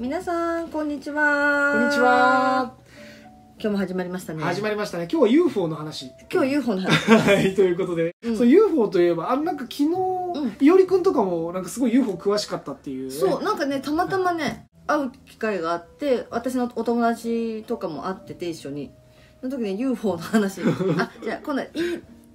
皆さんこんにちはこんにちは。今日も始まりましたね始まりましたね。今日は UFO の話。今日 UFO の 話はい、ということで、うんそう UFO といえば、あのなんか昨日、んいおりくんとかもなんかすごい UFO 詳しかったっていう、ね。そうなんかねたまたまね会う機会があって私のお友達とかも会ってて一緒にその時に UFO の 話あじゃあ今度は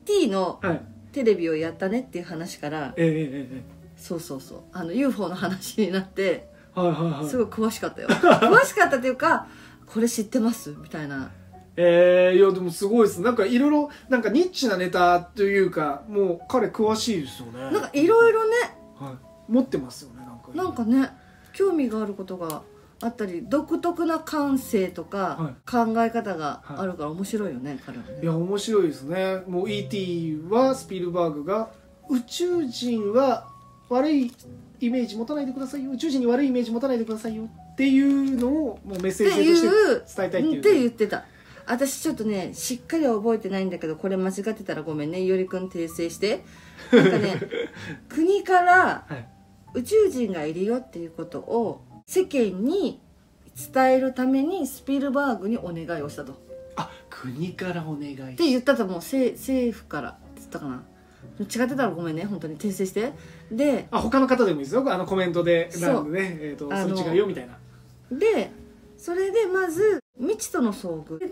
ET のはい。テレビをやったねっていう話からえええええそうそうそうあの UFO の話になってえはいはいはい。すごい詳しか ったよ詳しかったというかこれ知ってますみたいなええいやでもすごいです。なんかいろいろなんかニッチなネタというか、もう彼詳しいですよね。なんかいろいろねはい、持ってますよね。なんか。なんかね興味があることがあったり独特な感性とか考え方があるから面白いよね、彼はいねや面白いですねもう E.T. はスピルバーグが宇宙人は悪いイメージ持たないでくださいよ宇宙人に悪いイメージ持たないでくださいよっていうのをもうメッセージとして伝えたいっていうって言ってた私ちょっとねしっかりは覚えてないんだけどこれ間違ってたらごめんねいおりくん訂正してなんかね 国からはい宇宙人がいるよっていうことを世間に伝えるためにスピルバーグにお願いをしたとっあ国からお願いて言ったと思うせ政府からって言ったかな違ってたらごめんね本当に訂正してであ他の方でもいいですよあのコメントでそうなんでねえーとあそのれ違うよみたいなでそれでまず未知との遭遇で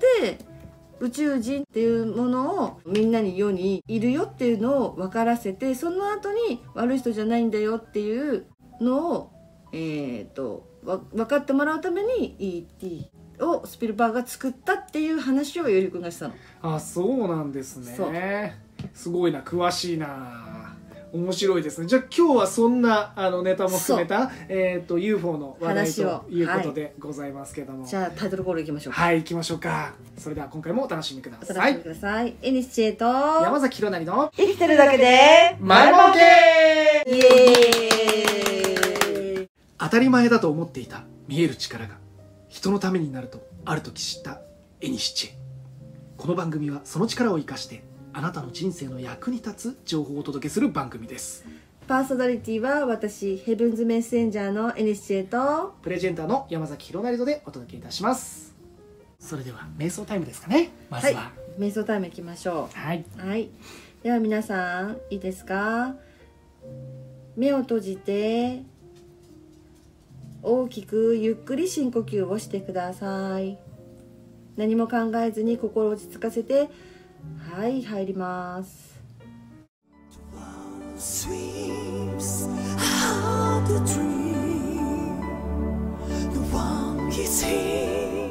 宇宙人っていうものをみんなに世にいるよっていうのを分からせてその後に悪い人じゃないんだよっていうのを、えー、とわ分かってもらうために ET をスピルバーグが作ったっていう話をよりくんがしたの。あそうなんですそうねすごいな詳しいな面白いですねじゃあ今日はそんなあのネタも含めた、えー、と UFO の話題話をということでございますけども、じゃあタイトルコールいきましょうか。はい行きましょうかそれでは今回もお楽しみくだおさ楽しみいください。エニシチェと山崎宏成の生きてるだけで「丸儲けイエーイ当たり前だと思っていた見える力が人のためになるとある時知ったエニシチこの番組はその力を生かしてあなたの人生の役に立つ情報をお届けする番組ですパーソナリティは私ヘブンズメッセンジャーのエニシチェとプレゼンターの山崎宏成でお届けいたしますそれでは瞑想タイムですかねまずははい、瞑想タイムいきましょはい、うはいでは皆さんいいですか目を閉じて大きくゆっくり深呼吸をしてください何も考えずに心を落ち着かせてはい入ります Sweeps out the dream. The one is here.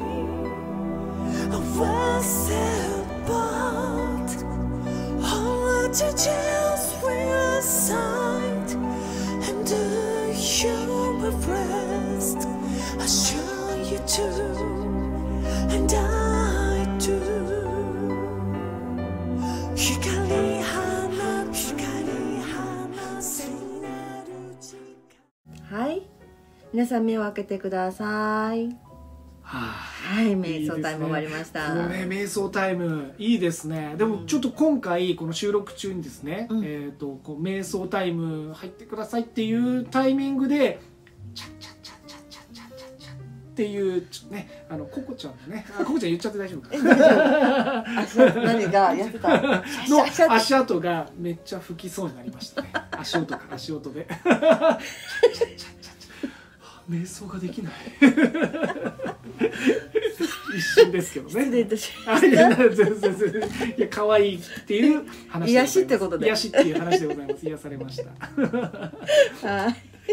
I was set apart. All the details were aside. And the human breast. I show you too. And I do. 光放つ光放つなる時間はい皆さん目を開けてくださいはい瞑想タイム終わりましたもうね瞑想タイムいいですねでもちょっと今回この収録中にですね、うんえっ、とこう瞑想タイム入ってくださいっていうタイミングでチャッチャッチャッチャッチャッチャッチャッチャッっていうちょっとねあのココちゃんのねあココちゃん言っちゃって大丈夫か足音何がやって たのシャシャ足跡がめっちゃ吹きそうになり ましたね足音か足音で瞑想ができない一瞬ですけどね失礼いたしまあしいやた全然全然いや可愛いっていう話癒しってことで癒しっていう話でございます癒されま したはい。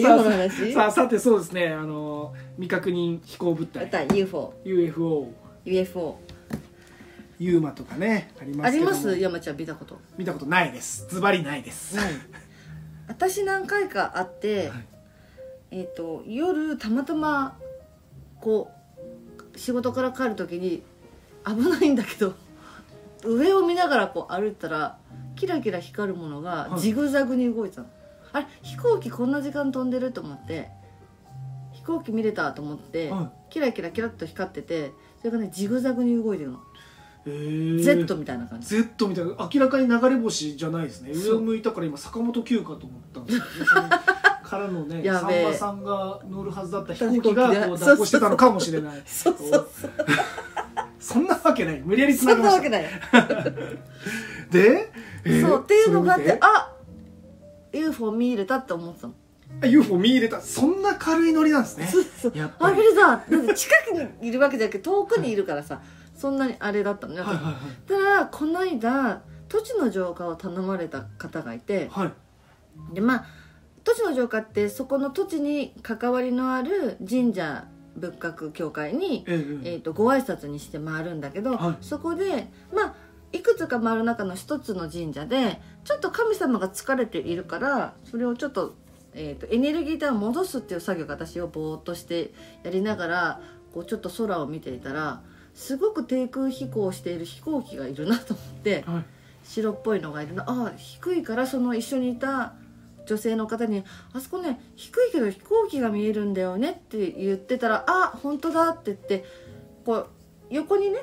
じゃあ UFO の話。さあさてそうですねあの未確認飛行物ま体た UFO、 UFO UFO。ユーマとかねありまあすけりどまもす山ちゃん見たこと。見たことないですズバリないです、私何回かあって、はいえっ、と夜たまたまこう仕事から帰る時に危ないんだけど上を見ながらこう歩いたらキラキラ光るものがはいジグザグに動いてたの、あれ飛行機こんな時間飛んでると思って飛行機見れたと思って、はキラキラキラっと光っててそれがねジグザグに動いてるの、えー Z みたいな感じ Z みたいな明らかに流れ星じゃないですねそう上を向いたから今坂本九かと思ったんですけどからの ねやさべんえまさんが乗るはずだった飛行機がこう飛行機が脱行してたのかもしれない そうそうそうそんなわけない無理やりそ繋んげなまわしけたないで、えーそうっていうのがあっそれて見あ UFO 見入れたって思ってたのあ UFO 見入れたそんな軽いノリなんですねそうそうやっぱあり見れただって近くにいるわけじゃなくて遠くにいるからさそんなにあれだったのね、はいはいたらこの間土地の浄化を頼まれた方がいてはいはいでまあ土地の浄化ってそこの土地に関わりのある神社仏閣協会に、ええええー、とご挨拶にして回るんだけど、はいそこでまあいくつか回る中の一つの神社でちょっと神様が疲れているからそれをちょっと,、えー、とエネルギー体を戻すっていう作業が私をぼーっとしてやりながらこうちょっと空を見ていたらすごく低空飛行している飛行機がいるなと思ってえはい白っぽいのがいるなあ低いからその一緒にいた女性の方に「あそこね低いけど飛行機が見えるんだよね」って言ってたら「あ本当だ」って言ってこう横にね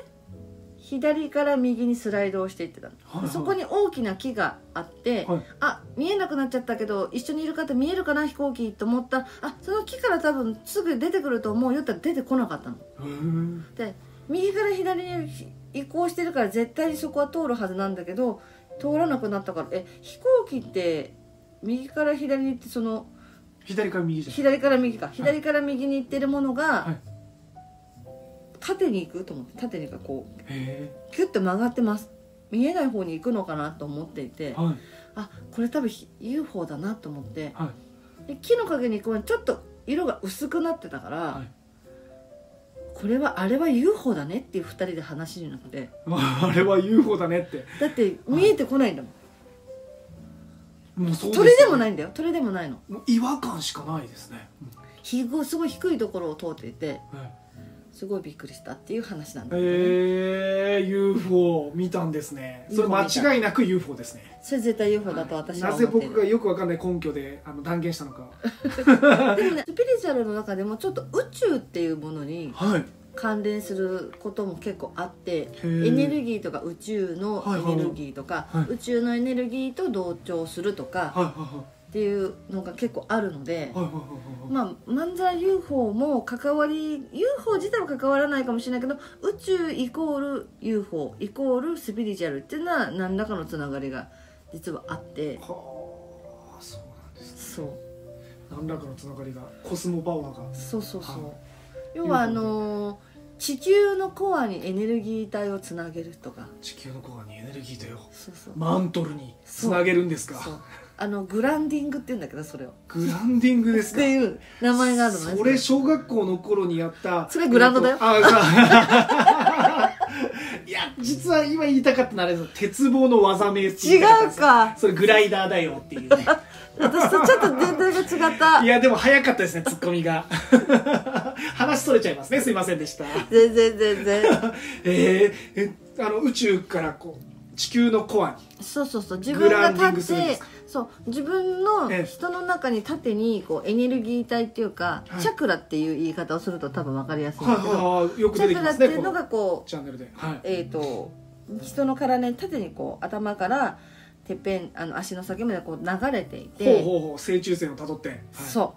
左から右にスライドをしていってたの、はいはいそこに大きな木があって、はいあ見えなくなっちゃったけど一緒にいる方見えるかな飛行機と思ったらあその木から多分すぐ出てくると思うよって言ったら出てこなかったの。うんで右から左に移行してるから絶対にそこは通るはずなんだけど通らなくなったからえ飛行機って右から左に行ってその左から右じゃん左から右か左から右に行ってるものはがい縦に行くと思って縦にかこうへキュッと曲がってます見えない方に行くのかなと思っていえてはいあこれ多分 UFO だなと思ってはい で木の陰にこうちょっと色が薄くなってたから、はいこれはあれは UFO だねっていう2人で話になってあれは UFO だねってだって見えてこないんだもん、もうそうそれでもいないんだよそれでもないのもう違和感しかないですね、ひごすごい低いところを通っていてうんはいすごいびっくりしたっていう話なんだけどね、えー、UFO 見たんですねそれ UFO 見た間違いなく UFO ですねそれ絶対 UFO だと私はな思ってぜる、僕がよくわかんない根拠であの断言したのかでもねスピリチュアルの中でもちょっと宇宙っていうものにはい関連することも結構あってエーネルギーとか宇宙のはいはいはエいネルギーとか、はい宇宙のエネルギーと同調するとかはいはっていうのが結構あるのでいはいはいはいはいはいまあ漫才 UFO も関わり UFO 自体は関わらないかもしれないけど宇宙イコール UFO イコールスピリチュアルっていうのは何らかのつながりが実はあってはあそうなんですそねう何らかのつながりがコスモパワーがそうそうそう、はい要はあのー地球のコアにエネルギー体をつなげるとか地球のコアにエネルギーだよそうそう,、マントルにつなげるんですそかうあのグランディングって言うんだけどそれをっグランディングですかていう名前があるのねそれ小学校の頃にやったそれグラウンドだよえーとあそう いや実は今言いたかったのはあれです鉄棒の技名って言いたったんで違すようかそれグライダーだよっていうね私とちょっと年代が違ったいやでも早かったですねツッコミが 話それちゃいますねすいませんでした全然全然えー、えあの宇宙からこう地球のコアにそうそうそう自グ分ラがンディング立するんでっすてかそう自分のええ人の中に縦にこうエネルギー体っていうか、はいチャクラっていう言い方をすると多分分かりやすいんはだいけど、はいはいよくチ出ャてきクまラすっねていうのこがこのうチャンネルで、はい、えー、と人の体に縦にこう頭からてっぺんあの足の先までこう流れていてほうほうほう正中線をたどって、はいそ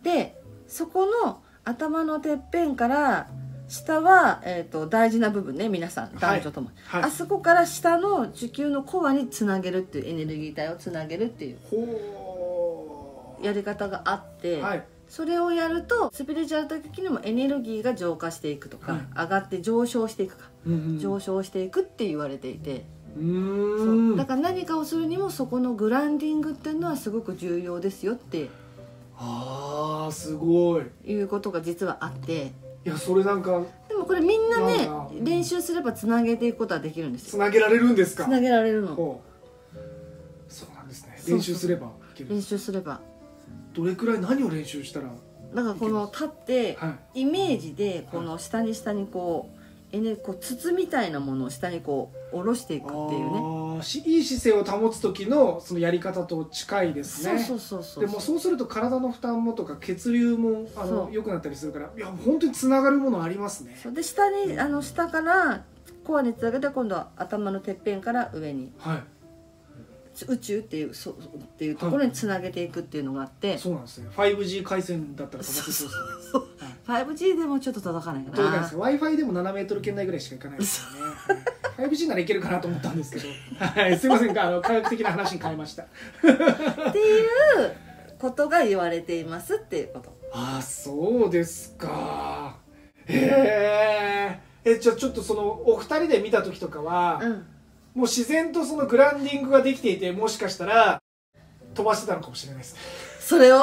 うでそこの頭のてっぺんから下は、えー、と大事な部分ね皆さん男女とも、はいあそこから下の地球のコアにつなげるっていうエネルギー体をつなげるっていうほうやり方があって、はいそれをやるとスピリチュアル的にもエネルギーが浄化していくとか、上がって上昇していくか、うんうん上昇していくって言われていて、そううーんだから何かをするにもそこのグランディングっていうのはすごく重要ですよってあーすごいいうことが実はあっていやそれなんかでもこれみんなねまあまあ練習すればつなげていくことはできるんですつよなげられるんですかつなげられるのほうそうなんですねそうそう練習すればいける練習すればどれくらい何を練習したらだからこの立ってはイメージでこの下に下にこうエネこう筒みたいなものを下にこう下ろしていくあっていうねーしいい姿勢を保つ時のそのやり方と近いですそうねそうそうそうでもそうすると体の負担もとか血流もあのそう良くなったりするからいや本当につながるものありますねそうで下にあの下からコアにつなげて今度は頭のてっぺんから上にはい宇宙っていうそうっていうところにつなげていくっていうのがあって、そうなんですね 5G 回線だったら届きそうですね 5G でもちょっと届かないかな届かないです w i f i でも7メートル圏内ぐらいしか行かないですよね 5G ならいけるかなと思ったんですけど、はい、すいませんあの科学的な話に変えましたっていうことが言われていますっていうことああそうですかへええじゃあちょっとそのお二人で見た時とかは、うんもう自然とそのグランディングができていてもしかしたら飛ばしてたのかもしれないですねそれを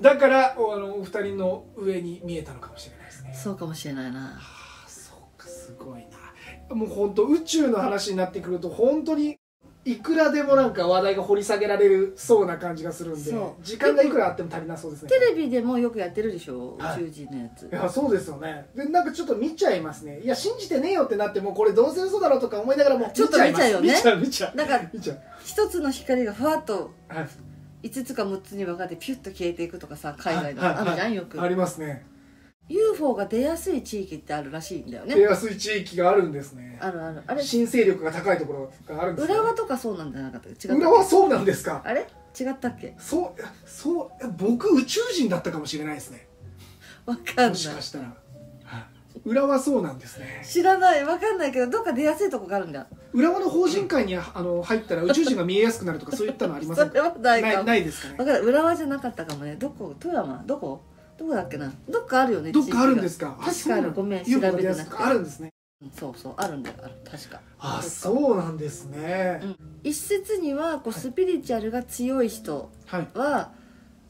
だからおあのお二人の上に見えたのかもしれないですねそうかもしれないなああそうかすごいなもう本当宇宙の話になってくると本当にいくらでもなんか話題が掘り下げられるそうな感じがするんでそう時間がいくらあっても足りなそうですねテレビでもよくやってるでしょはい宇宙人のやつ、いやそうですよねでなんかちょっと見ちゃいますねいや信じてねえよってなってもうこれどうせ嘘だろうとか思いながらもうちょっと見ちゃうよね見ちゃう見ちゃうなんか見ちゃう一つの光がふわっとはい5つか6つに分かれてピュッと消えていくとかさ海外のはいあるじゃんよくありますね UFO が出やすい地域ってあるらしいんだよ出ねやすい地域があるんですねあるあるあれ申請力が高いところがあるんですね浦和とかそうなんじゃなかった違った浦和そうなんですかあれ違ったっけそうそう僕宇宙人だったかもしれないですねわかんなもいしかしたらはい浦和そうなんですね知らないわかんないけどどっか出やすいとこがあるんだ浦和の法人会にあの入ったら宇宙人が見えやすくなるとかそういったのありません それかはないかもないですかねわかんない浦和じゃなかったかもねどこ富山どこどこだっけなどっかあるよねどっかあるんですすか。確かあるごめんよく調べてなくてやつあるんですね。そうそうあるんだよある確かあ、そうなんですね。一説にはこうスピリチュアルが強い人はい。は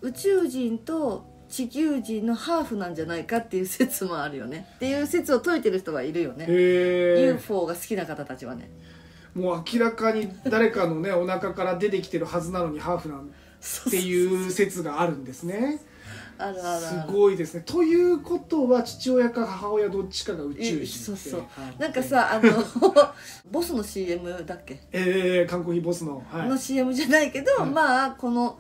宇宙人と地球人のハーフなんじゃないかっていう説もあるよねっていう説を解いてる人がいるよねへ UFO が好きな方たちはねえ。もう明らかに誰かのね、お腹から出てきてるはずなのにハーフなんそっていう説があるんですね。あるあるすあるごいですね。ということは父親か母親どっちかが宇宙人って。そうそうはいなんか。さあの ボスの CM だっけええ、缶コーヒーボスの。はいの。CM じゃないけど、はいまあこの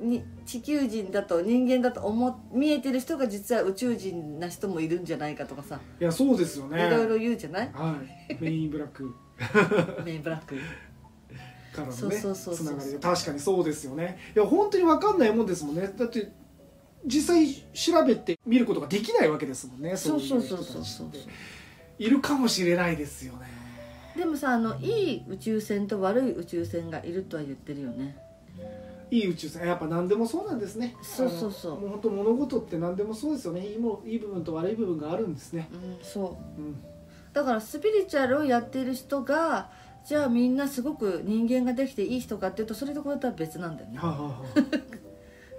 に地球人だと人間だと思見えてる人が実は宇宙人な人もいるんじゃないかとかさ、いや、そうですよね。いろいろ言うじゃ ないはい。メインブラック。メインブラックからのそうねそうそうそうつながりで確かにそうですよねいや本当に分かんないもんですもんねだって実際調べて見ることができないわけですもんねそういそうそ人うたちそうそうっているかもしれないですよねでもさあのいい宇宙船と悪い宇宙船がいるとは言ってるよねいい宇宙船やっぱ何でもそうなんですねそうそうそうあのもう本当物事って何でもそうですよねいいもいい部分と悪い部分があるんですねうんそううんだからスピリチュアルをやっている人がじゃあみんなすごく人間ができていい人かっていうとそれとこれとは別なんだよねはいはいはい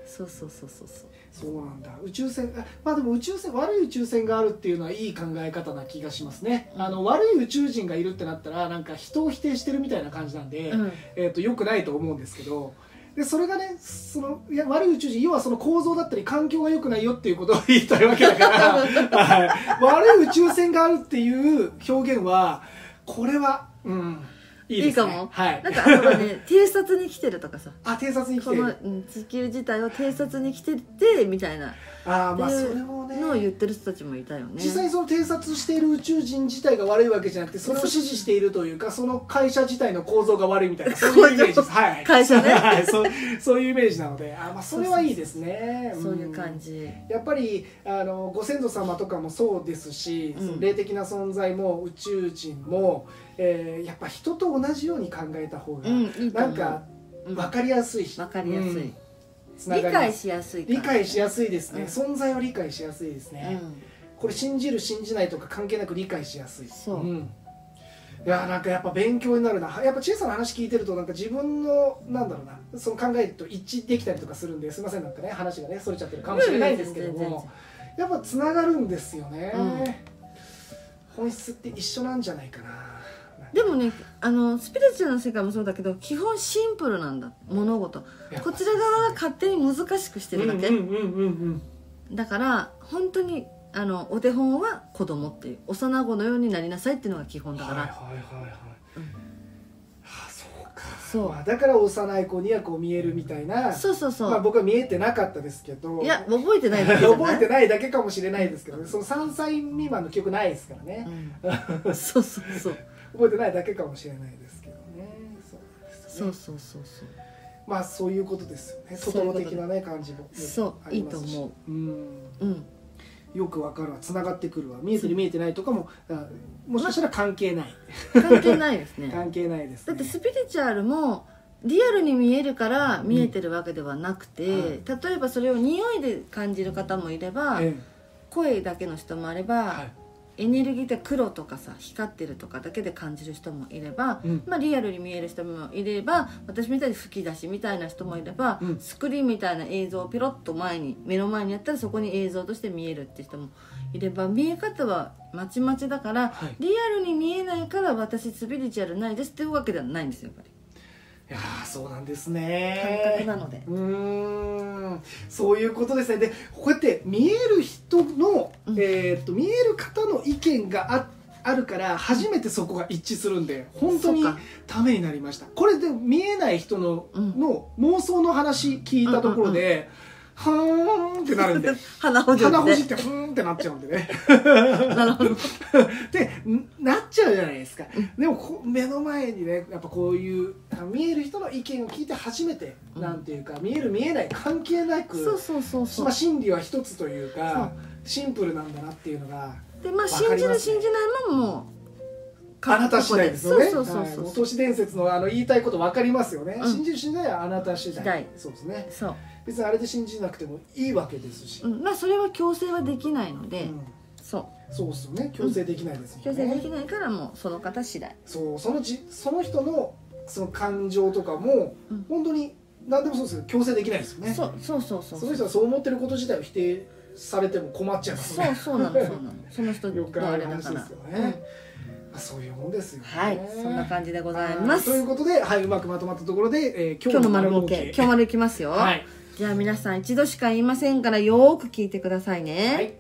そうそうそうそうそうそうなんだ宇宙船あまあでも宇宙船悪い宇宙船があるっていうのはいい考え方な気がしますね、あの悪い宇宙人がいるってなったらなんか人を否定してるみたいな感じなんで、うんえー、と良くないと思うんですけどでそれがねそのいや悪い宇宙人要はその構造だったり環境が良くないよっていうことを言いたいわけ だから、はい、悪い宇宙船があるっていう表現はこれはうんいいです、いね、いかもはいなんかあとは ね偵察に来てるとかさあ偵察に来こてのるうん地球自体を偵察に来ててみたいなああまあっていそうれもねのを言ってる人たちもいたよね実際にその偵察している宇宙人自体が悪いわけじゃなくてそれを支持しているというかその会社自体の構造が悪いみたいなそういうイメージです、はい、会社ねはい、 そうそういうイメージなのであ、まあ、それはいいですねそういう感んじやっぱりあのご先祖様とかもそうですし、うんその霊的な存在も宇宙人も、えーやっぱ人と同じように考えた方が、うんいいとな思うんかうん分かりやすいし、わかりやすい、うんつな理がりや解すいしやすい理解しややすいですね、うん存在を理解しやすいですね、うんこれ信じる信じないとか関係なく理解しやすい、そうんいやーなんかやっぱ勉強になるなやっぱ知恵さんの話聞いてるとなんか自分のなんだろうなその考えと一致できたりとかするんですいませんなんかね話がねそれちゃってるかもしれないんですけどうん全然全もやっぱつながるんですよね、うん本質って一緒なんじゃないかなでもねあのスピリチュアルの世界もそうだけど基本シンプルなんだ物事こちら側が勝手に難しくしてるだけ、うんうんうんうんうんだから本当にあのお手本は子供っていう幼子のようになりなさいっていうのが基本だから、はいはいはいはい、うんあそうかそうまあだから幼い子にはこう見えるみたいなそうそうそう、まあ、僕は見えてなかったですけどいや覚えてないだけじゃない 覚えてないだけかもしれないですけどねその3歳未満の記憶ないですからねうん、そうそうそう覚えてないだけかもしれないですけどねそうそうそうそうまあそういうことですよねそう外いうのこと的なね感じもそうありますいしいと思うんうんよくわかるわ繋がってくるわ見えてる見えてないとかもあもしかしたら関係ない関係ないですね関係ないです、だね、ってスピリチュアルもリアルに見えるから見えてるわけではなくて、うん例えばそれを匂いで感じる方もいれば、え声だけの人もあれば、えはいエネルギーで黒とかさ光ってるとかだけで感じる人もいれば、うんまあ、リアルに見える人もいれば私みたいに吹き出しみたいな人もいれば、うんスクリーンみたいな映像をピロッと前に目の前にやったらそこに映像として見えるって人もいれば見え方はまちまちだから、はいリアルに見えないから私スピリチュアルないですっていうわけではないんですよやっいやーそうなんですぱねり感覚なので、うーんそういうことですねでこうやって見える人の、うんえーっと見える方の意見がああるから初めてそこが一致するんで本当にそうかためになりましたこれで見えない人の,、うんの妄想の話聞いたところで、はーんってなるんで鼻ほじ鼻ほじっってふーんってなっちゃうんでねなるほどでんなっちゃうじゃないですかでもこ目の前にねやっぱこういうあ見える人の意見を聞いて初めて、うんなんていうか見える見えない関係なくそうそうそうそうまあ、真理は一つというかシンプルなんだなっていうのがでまあわか信りじまるすね信じないももうあなた次第ですよねそうそうそうそうはい、都市伝説のあの言いたいこと分かりますよね、うん信じる信じないはあなた次第次第そうですねそう、別にあれで信じなくてもいいわけですし、うん、まあそれは強制はできないので、うんそそうっすよね強制できないですうも強んね、制できないからもうその方次第そうそのじその人のその感情とかも、うん本当に何でもそうですけど強制できないですよねそうそうそうそうそそのう人がそう思ってること自体を否定されても困っちゃいますそうねそうなのそうなのその人 よくのああるれだ話かでらすよね、まあ、そういうもんですよねはいそんな感じでございますということで、はい、うまくまとまったところで、えー、今日の丸儲け今日丸いきますよ、はい、じゃあ皆さん一度しか言いませんからよーく聞いてくださいね、はい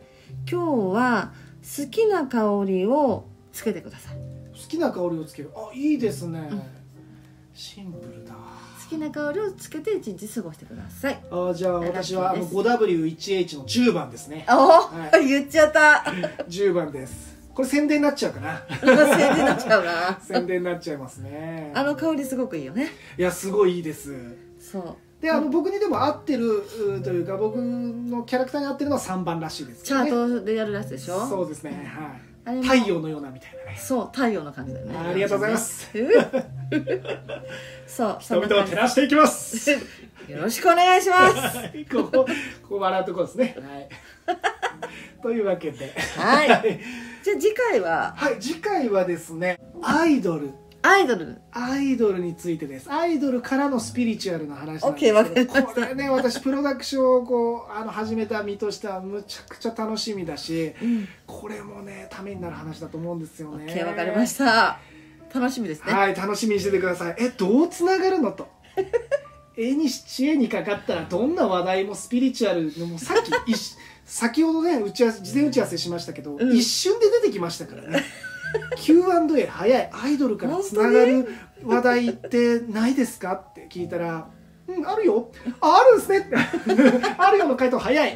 今日は好きな香りをつけてください好きな香りをつけるあいいですね、シンプルだ好きな香りをつけて一日過ごしてくださいあじゃラあッキーです私はあの 5W1H の10番ですねおお、は言っちゃった10番ですこれ宣伝になっちゃうか な宣伝になっちゃうな宣伝になっちゃいますねあの香りすごくいいよねいやすごいいいですそうであの僕にでも合ってるうというか僕のキャラクターに合ってるのは3番らしいですチャートトでやるやつでしょそうですねはいあれも太陽のようなみたいなねそう太陽の感じだよねありがとうございますうっ そうそ人んな々を感照らしていきますじよろしくお願いしますはいここ、ここ笑うとこですね。 はい。というわけで。はいはい。じゃあ次回ははい、次回はですね、アイドル。アイドルアイドルについてです。アイドルからのスピリチュアルの話なんです OK わかりましたこれね、私、プロダクションをこう、あの、始めた身としては、むちゃくちゃ楽しみだし、これもね、ためになる話だと思うんですよね。 OK わかりました楽しみですねはい、楽しみにしててください。え、どうつながるのと。 絵にし知恵にかかったらどんな話題もスピリチュアルのもうさっきいし 先ほどね打ち合わせ事前打ち合わせしましたけど、うん一瞬で出てきましたからね Q&A 早いアイドルからつながる話題ってないですかって聞いたら「うんあるよああるんですね」 あるよ」の回答早い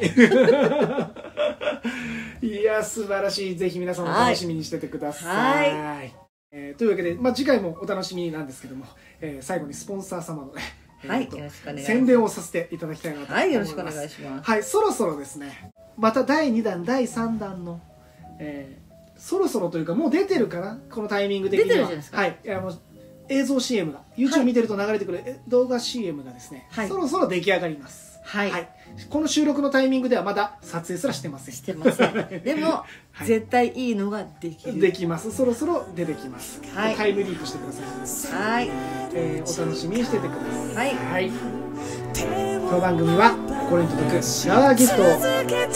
いや素晴らしいぜひ皆さんも楽しみにしててください、えーというわけで、まあ、次回もお楽しみなんですけども、えー最後にスポンサー様のね、はいえーとよろしくお願いします宣伝をさせていただきたいなと思います、はいよろしくお願いしますはい、そろそろですね、また第2弾、第3弾の、えーそろそろというか、もう出てるかな、このタイミング的に出は。てるじゃないですかはい、あの映像 CM が、YouTube 見てると流れてくる、え動画 CM がですね、はいそろそろ出来上がります。はいこの収録のタイミングではまだ撮影すらしてませんしてませんでも、はい絶対いいのができるできますそろそろ出てきます、はいタイムリープしてくださはい、いえーお楽しみにしててくださはいい、はい、手こをの番組は心に届くフラワーギフトを埼玉県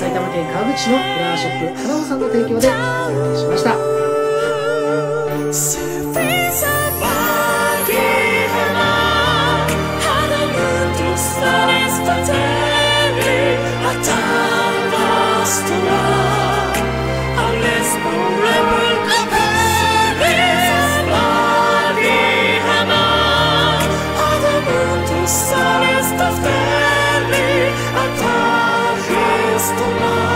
川口市のフラワーショップ花尾さんの提供でお届けしました Stop telling, I can't stop.